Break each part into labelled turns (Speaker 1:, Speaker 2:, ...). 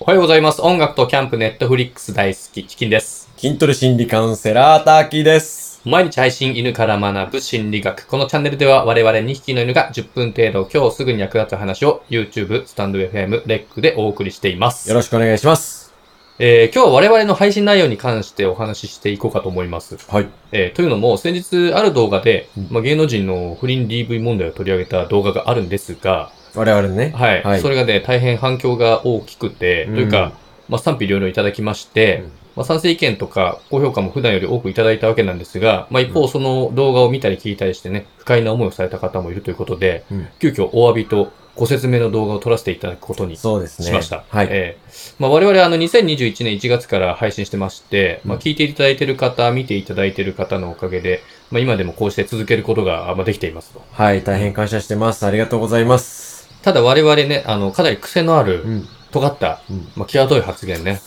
Speaker 1: おはようございます。音楽とキャンプ、ネットフリックス大好き、チキンです。
Speaker 2: 筋トレ心理カウンセラー、ターキーです。
Speaker 1: 毎日配信、犬から学ぶ心理学。このチャンネルでは我々2匹の犬が10分程度、今日すぐに役立つ話を YouTube、スタンド FM、レックでお送りしています。
Speaker 2: よろしくお願いします。
Speaker 1: えー今日は我々の配信内容に関してお話ししていこうかと思います。
Speaker 2: はい。
Speaker 1: えーというのも、先日ある動画で、
Speaker 2: うん
Speaker 1: まあ、芸能人の不倫 DV 問題を取り上げた動画があるんですが、
Speaker 2: 我々ね。
Speaker 1: はい。
Speaker 2: はい
Speaker 1: それがね、大変反響が大きくて、
Speaker 2: うん
Speaker 1: というか、まあ、賛否両論いただきまして、
Speaker 2: うん
Speaker 1: まあ、賛成意見とか高評価も普段より多くいただいたわけなんですが、まあ、一
Speaker 2: う
Speaker 1: 方その動画を見たり聞いたりしてね、不快な思いをされた方もいるということで、
Speaker 2: うん
Speaker 1: 急遽お詫びとご説明の動画を撮らせていただくことにし
Speaker 2: そうですね。
Speaker 1: ました。
Speaker 2: はい。
Speaker 1: えーまあ、我々あの2021年1月から配信してまして、まあ、
Speaker 2: うん
Speaker 1: 聞いていただいている方、見ていただいている方のおかげで、まあ、今でもこうして続けることが、まあ、できていますと。
Speaker 2: はい。大変感謝してます。ありがとうございます。
Speaker 1: ただ我々ね、あの、かなり癖のある、
Speaker 2: うん。
Speaker 1: 尖った
Speaker 2: うん。
Speaker 1: まあ、際どい発言ね。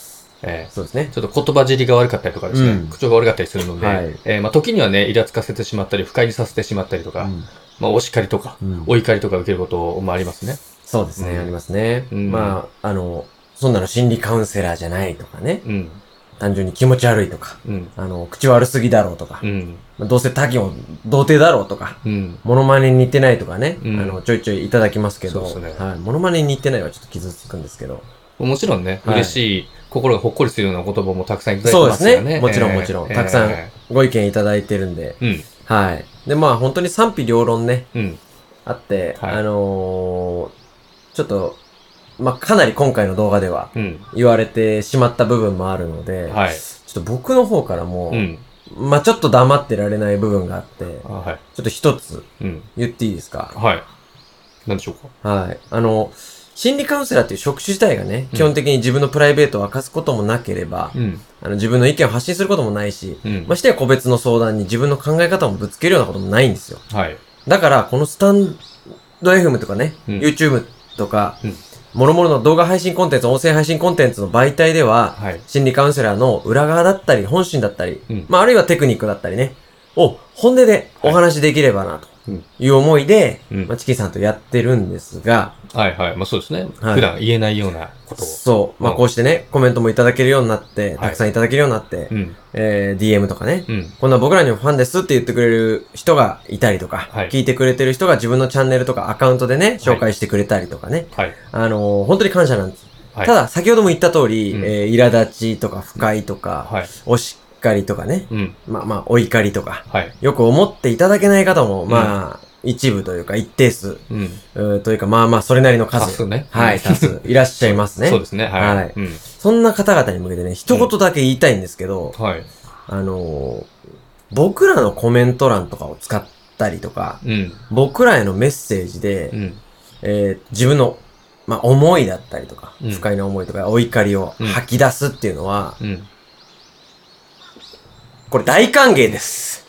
Speaker 1: え
Speaker 2: そうですね
Speaker 1: ー。ちょっと言葉尻が悪かったりとかですね、
Speaker 2: うん
Speaker 1: 口調が悪かったりするので、
Speaker 2: はい
Speaker 1: えーまあ、時にはね、イラつかせてしまったり、不快にさせてしまったりとか、まあ、お叱りとか、
Speaker 2: うん
Speaker 1: お怒りとか受けることもありますね。
Speaker 2: そうですね。
Speaker 1: うん
Speaker 2: ありますね。
Speaker 1: うん
Speaker 2: まあ、あの、そんなの心理カウンセラーじゃないとかね。
Speaker 1: うん、
Speaker 2: 単純に気持ち悪いとか。
Speaker 1: うん、
Speaker 2: あの、口悪すぎだろうとか
Speaker 1: う。ん、
Speaker 2: まあどうせタキも童貞だろうとか。
Speaker 1: うん。
Speaker 2: モノマネに似てないとかね。
Speaker 1: うん
Speaker 2: あの、ちょいちょいいただきますけど。
Speaker 1: そうですね
Speaker 2: はい。モノマネに似てないはちょっと傷つくんですけど。
Speaker 1: もちろんね、
Speaker 2: はい
Speaker 1: 嬉しい、心がほっこりするようなお言葉もたくさんいただいて
Speaker 2: そう
Speaker 1: ま
Speaker 2: です
Speaker 1: すよね。
Speaker 2: ね。もちろんもちろん。
Speaker 1: えー
Speaker 2: たくさん
Speaker 1: え
Speaker 2: ご意見いただいてるんで。
Speaker 1: ー
Speaker 2: はい。で、まあ本当に賛否両論ね、
Speaker 1: うん、うん、
Speaker 2: あって、
Speaker 1: はい
Speaker 2: あのー、ちょっと、まあかなり今回の動画では
Speaker 1: うん。
Speaker 2: 言われてしまった部分もあるので、
Speaker 1: はい。
Speaker 2: ちょっと僕の方からも、
Speaker 1: うん。
Speaker 2: まあちょっと黙ってられない部分があって、ち
Speaker 1: あはい。
Speaker 2: ょっと一つ
Speaker 1: うん。
Speaker 2: 言っていいですか
Speaker 1: はい。なんでしょうか
Speaker 2: はい。あの、心理カウンセラーっていう職種自体がね、
Speaker 1: うん
Speaker 2: 基本的に自分のプライベートを明かすこともなければ、
Speaker 1: うん。
Speaker 2: あの自分の意見を発信することもないし、
Speaker 1: うん。
Speaker 2: ましてや個別の相談に自分の考え方をぶつけるようなこともないんですよ。
Speaker 1: はい。
Speaker 2: だから、このスタンド FM とかね、
Speaker 1: うん
Speaker 2: YouTube とか、
Speaker 1: うん
Speaker 2: 諸々の動画配信コンテンツ、音声配信コンテンツの媒体では、
Speaker 1: はい。
Speaker 2: 心理カウンセラーの裏側だったり、本心だったり、
Speaker 1: うん
Speaker 2: まあ、あるいはテクニックだったりね、を本音でお話しできればな、と
Speaker 1: うん
Speaker 2: いう思いで、
Speaker 1: うん
Speaker 2: まあ、チキンさんとやってるんですが、
Speaker 1: はいはい。まあそうですね。
Speaker 2: はい
Speaker 1: 普段言えないようなことを。
Speaker 2: そう、まあ、
Speaker 1: うん
Speaker 2: こうしてね、コメントもいただけるようになって、
Speaker 1: い
Speaker 2: たくさんいただけるようになって、
Speaker 1: うん。
Speaker 2: えー、DM とかね、
Speaker 1: うん。
Speaker 2: こんな僕らにもファンですって言ってくれる人がいたりとか、
Speaker 1: はい
Speaker 2: 聞いてくれてる人が自分のチャンネルとかアカウントでね、紹介してくれたりとかね。
Speaker 1: はい。
Speaker 2: あのー本当に感謝なんです。
Speaker 1: はい。
Speaker 2: ただ、先ほども言った通り、
Speaker 1: うん
Speaker 2: えー、苛立ちとか不快とか、
Speaker 1: はい。
Speaker 2: お叱りとかね、
Speaker 1: うん。
Speaker 2: まあまあ、お怒りとか、
Speaker 1: はい。
Speaker 2: よく思っていただけない方も、まあ、一部というか一定数、
Speaker 1: うん。
Speaker 2: うーというかまあまあ、それなりの
Speaker 1: 多
Speaker 2: 数。
Speaker 1: 数ね。
Speaker 2: は
Speaker 1: う
Speaker 2: い、
Speaker 1: ん
Speaker 2: 多 数、いらっしゃいますね。
Speaker 1: そうですね。は
Speaker 2: はいい。
Speaker 1: うん。
Speaker 2: そんな方々に向けてね、一言だけ言いたいんですけど、
Speaker 1: はい。
Speaker 2: あのー僕らのコメント欄とかを使ったりとか、
Speaker 1: うん。
Speaker 2: 僕らへのメッセージで、
Speaker 1: うん。
Speaker 2: えー自分の、まあ、思いだったりとか、
Speaker 1: うん
Speaker 2: 不快な思いとか、お怒りを
Speaker 1: うん
Speaker 2: 吐き出すっていうのは、
Speaker 1: うん。
Speaker 2: これ大歓迎です。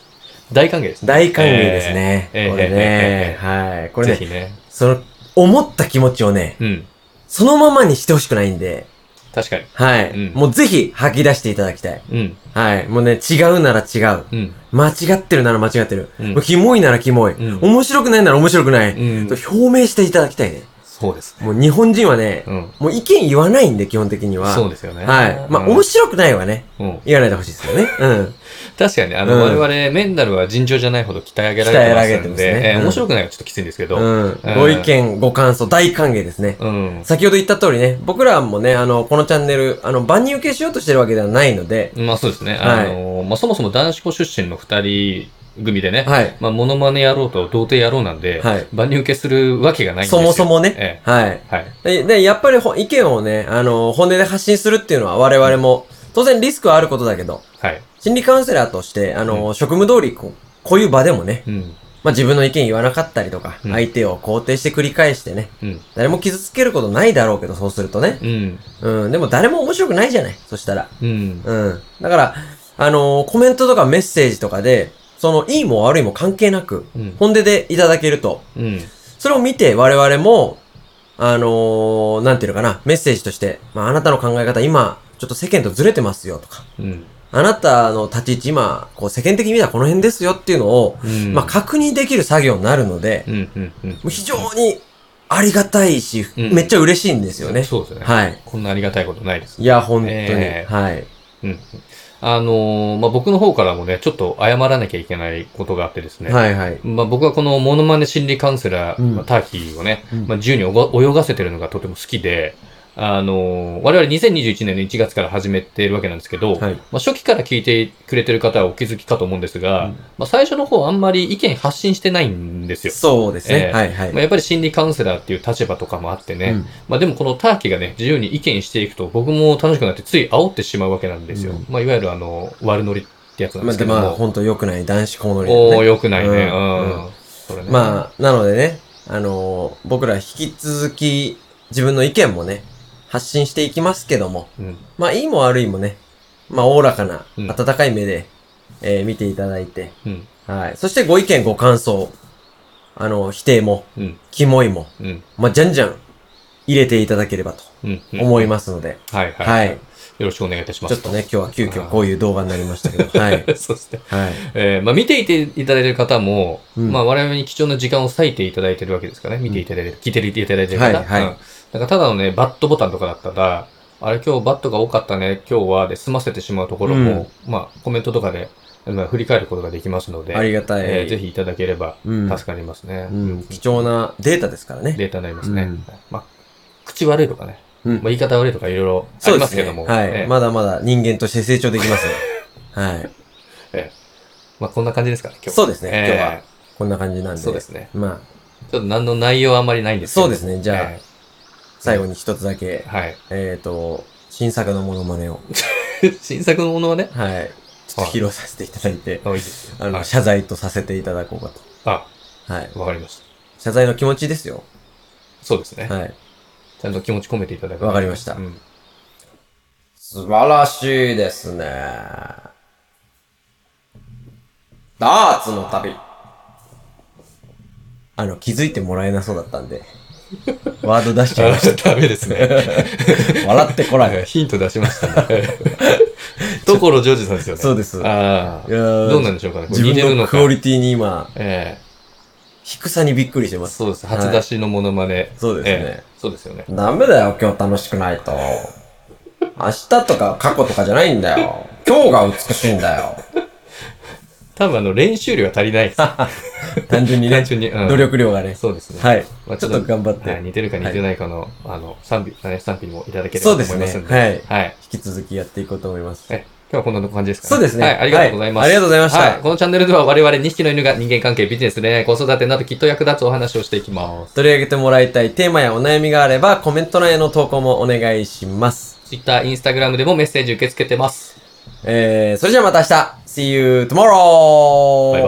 Speaker 1: 大歓迎ですね。
Speaker 2: 大歓迎ですね。
Speaker 1: えーえー
Speaker 2: これね
Speaker 1: え、
Speaker 2: はい。これ
Speaker 1: ぜ
Speaker 2: ね、
Speaker 1: ひね。
Speaker 2: その、思った気持ちをね、
Speaker 1: うん。
Speaker 2: そのままにしてほしくないんで、
Speaker 1: 確かに。
Speaker 2: はい。
Speaker 1: うん
Speaker 2: もうぜひ吐き出していただきたい。
Speaker 1: うん。
Speaker 2: はい。もうね、違うなら違う。
Speaker 1: うん。
Speaker 2: 間違ってるなら間違ってる。
Speaker 1: うん
Speaker 2: もうキモいならキモい、
Speaker 1: うん
Speaker 2: 面白くないなら面白くない。
Speaker 1: うん
Speaker 2: と。表明していただきたいね。
Speaker 1: そうですね。
Speaker 2: もう日本人はね、
Speaker 1: うん。
Speaker 2: もう意見言わないんで、基本的には。
Speaker 1: そうですよね。
Speaker 2: はい。まあ、
Speaker 1: うん
Speaker 2: 面白くないはね、
Speaker 1: うん。
Speaker 2: 言わないでほしいですよ ね。うん。
Speaker 1: 確かにね、あ
Speaker 2: う
Speaker 1: の、
Speaker 2: ん
Speaker 1: 我々、メンタルは尋常じゃないほど鍛え上げられてます
Speaker 2: 鍛え上げて
Speaker 1: ん
Speaker 2: ます
Speaker 1: で、
Speaker 2: ね
Speaker 1: え
Speaker 2: う
Speaker 1: ー
Speaker 2: ん
Speaker 1: 面白くないのはちょっときついんですけど、
Speaker 2: うん
Speaker 1: うん。
Speaker 2: ご意見、ご感想、大歓迎ですね。
Speaker 1: うん。
Speaker 2: 先ほど言った通りね、僕らもね、あの、このチャンネル、あの、万人受けしようとしてるわけではないので、
Speaker 1: まあそうですね。
Speaker 2: は
Speaker 1: あ
Speaker 2: い
Speaker 1: の、まあそもそも男子校出身の二人組でね、
Speaker 2: はい。
Speaker 1: まあ、モノマネ野郎と童貞野郎なんで、
Speaker 2: はい
Speaker 1: 万人受けするわけがないんですよ
Speaker 2: そもそもね、
Speaker 1: え
Speaker 2: はい。
Speaker 1: えはい。
Speaker 2: で、でやっぱりほ意見をね、あの、本音で発信するっていうのは我々も、当然リスクはあることだけど、
Speaker 1: はい。
Speaker 2: 心理カウンセラーとして、あの、職務通りこう、こういう場でもね、
Speaker 1: うん。
Speaker 2: まあ、自分の意見言わなかったりとか、
Speaker 1: うん
Speaker 2: 相手を肯定して繰り返してね、
Speaker 1: うん。
Speaker 2: 誰も傷つけることないだろうけど、そうするとね。
Speaker 1: うん。
Speaker 2: うん、でも誰も面白くないじゃないそしたら。
Speaker 1: うん。
Speaker 2: うん。だから、あのーコメントとかメッセージとかで、その、いいも悪いも関係なく、
Speaker 1: うん。
Speaker 2: 本音でいただけると、
Speaker 1: うん。
Speaker 2: それを見て我々も、あのーなんていうのかな、メッセージとして、まあ、あなたの考え方今、ちょっと世間とずれてますよとか、
Speaker 1: うん。
Speaker 2: あなたの立ち位置今、こう世間的に見たらこの辺ですよっていうのを、
Speaker 1: うん。
Speaker 2: まあ、確認できる作業になるので、
Speaker 1: うん。うん。うん。
Speaker 2: もう非常にありがたいし、
Speaker 1: うん
Speaker 2: めっちゃ嬉しいんですよね。
Speaker 1: そうですよね。
Speaker 2: はい。
Speaker 1: こんなありがたいことないです。
Speaker 2: いや、本当に。
Speaker 1: えー
Speaker 2: はい。
Speaker 1: うん。あのーまあ、僕の方からもね、ちょっと謝らなきゃいけないことがあってですね。
Speaker 2: はいはい。
Speaker 1: まあ、僕はこのモノマネ心理カウンセラー、
Speaker 2: うん
Speaker 1: まあターキーをね、
Speaker 2: うん
Speaker 1: まあ、自由にお泳がせてるのがとても好きで、あのー我々2021年の1月から始めているわけなんですけど、
Speaker 2: はい。
Speaker 1: まあ、初期から聞いてくれてる方はお気づきかと思うんですが、
Speaker 2: うん
Speaker 1: まあ、最初の方あんまり意見発信してないんですよ。
Speaker 2: そうですね。
Speaker 1: えー
Speaker 2: はいはい。
Speaker 1: まあ、やっぱり心理カウンセラーっていう立場とかもあってね、
Speaker 2: うん
Speaker 1: まあでもこのターキーがね、自由に意見していくと僕も楽しくなってつい煽ってしまうわけなんですよ。
Speaker 2: うん
Speaker 1: まあいわゆるあの、悪ノリってやつなんで
Speaker 2: まあ、
Speaker 1: すけ
Speaker 2: で
Speaker 1: ども。
Speaker 2: まあ、本当良くない男子校のり
Speaker 1: お
Speaker 2: だ
Speaker 1: ー、
Speaker 2: ね。
Speaker 1: 良くないね。う
Speaker 2: うん
Speaker 1: ん。それね。
Speaker 2: まあ、なのでね、あのー僕ら引き続き自分の意見もね、発信していきますけども、
Speaker 1: うん。
Speaker 2: まあ、いいも悪いもね、まあ、おおらかな、
Speaker 1: うん
Speaker 2: 温かい目で、えー見ていただいて、
Speaker 1: うん。
Speaker 2: はい。そしてご意見、ご感想、あの、否定も、
Speaker 1: うん。
Speaker 2: キモいも、
Speaker 1: うん。
Speaker 2: まあ、じゃんじゃん、入れていただければと
Speaker 1: うん。うん
Speaker 2: 思いますので、
Speaker 1: はいはい。
Speaker 2: はい。
Speaker 1: よろしくお願いいたしま
Speaker 2: ちょ
Speaker 1: す。
Speaker 2: っとね、今日は急遽こういう動画になりましたけど、はい。
Speaker 1: そして、
Speaker 2: はい。
Speaker 1: えーまあ見ていていただいてる方も、
Speaker 2: うん
Speaker 1: まあ我々に貴重な時間を割いていただいてるわけですからね。見ていただいてる、聞いていただいてる方。
Speaker 2: はいはい
Speaker 1: うんだからただのね、バットボタンとかだったら、あれ今日バットが多かったね、今日はで済ませてしまうところも、まあコメントとかで、まあ、振り返ることができますので、
Speaker 2: ありがたい。
Speaker 1: えーぜひいただければ
Speaker 2: うん、
Speaker 1: 助かりますね。
Speaker 2: うん。貴重なデータですからね。
Speaker 1: データになりますね。
Speaker 2: うん
Speaker 1: まあ、口悪いとかね、
Speaker 2: うん
Speaker 1: まあ、言い方悪いとかいろいろありますけども、
Speaker 2: はい、
Speaker 1: えーま
Speaker 2: まだまだ人間として成長できますよ。 はい。
Speaker 1: あこんな感じですかね、今日
Speaker 2: そうですね、
Speaker 1: えー
Speaker 2: 今日は。こんな感じなんで。
Speaker 1: そうですね。
Speaker 2: ま
Speaker 1: ちょっと何の内容はあんまりないんですけど。
Speaker 2: そうですねじゃあ
Speaker 1: え
Speaker 2: あ、最後に一つだけ
Speaker 1: ー、はい。
Speaker 2: えっ、と、新作のモノマネを、
Speaker 1: 新作のものはね、
Speaker 2: はい。ちょっと披露させていただいて、
Speaker 1: あいいですよ
Speaker 2: あ
Speaker 1: は
Speaker 2: の、
Speaker 1: い
Speaker 2: 謝罪とさせていただこうかと。
Speaker 1: あ、
Speaker 2: はい。
Speaker 1: わかりました。
Speaker 2: 謝罪の気持ちですよ。
Speaker 1: そうですね。
Speaker 2: はい。
Speaker 1: ちゃんと気持ち込めていただく。
Speaker 2: わかりました
Speaker 1: うん。
Speaker 2: 素晴らしいですね。ダーツの旅。あの、気づいてもらえなそうだった んで、ワード出しちゃいまし
Speaker 1: あダメです ね。
Speaker 2: た。笑ってこない。
Speaker 1: ヒント出しましたね。 ところジョージさんですよね。
Speaker 2: そうです。
Speaker 1: ああ
Speaker 2: い。やー
Speaker 1: どうなんでしょうかね。これ
Speaker 2: 自
Speaker 1: 似てる
Speaker 2: 分
Speaker 1: の
Speaker 2: の
Speaker 1: か
Speaker 2: ク。オリティに今、
Speaker 1: え
Speaker 2: 低さにびっくりして
Speaker 1: え
Speaker 2: ます。
Speaker 1: そうです。初出しのモノマネ。
Speaker 2: そうですね
Speaker 1: ええそうですよね。
Speaker 2: ダメだよ、今日楽しくないと。明日とか過去とかじゃないんだよ。今日が美しいんだよ。
Speaker 1: 多分あの、練習量が足りないです。
Speaker 2: 単純にね
Speaker 1: 単、純に。うん
Speaker 2: 努。力量がね。
Speaker 1: そうですね。
Speaker 2: はい
Speaker 1: まあ。
Speaker 2: ちょっと頑張って
Speaker 1: はい似てるか似てないかの、あの、賛否、ね賛否もいただければ
Speaker 2: そう
Speaker 1: と思
Speaker 2: です
Speaker 1: い
Speaker 2: ね
Speaker 1: ますんで。
Speaker 2: はい
Speaker 1: はい。
Speaker 2: 引き続きやっていこうと思います。
Speaker 1: え、今日はこんな感じですかね。
Speaker 2: そうですね
Speaker 1: はい、ありがとうございます。
Speaker 2: はいありがとうございました
Speaker 1: はこのチャンネルでは我々2匹の犬が人間関係、ビジネス、恋愛、子育てなどきっと役立つお話をしていきます。
Speaker 2: 取り上げてもらいたいテーマやお悩みがあれば、コメント欄への投稿もお願いします。
Speaker 1: Twitter、Instagram でもメッセージ受け付けてます。
Speaker 2: えー、それじゃあまた明日 !See you tomorrow!
Speaker 1: バイバ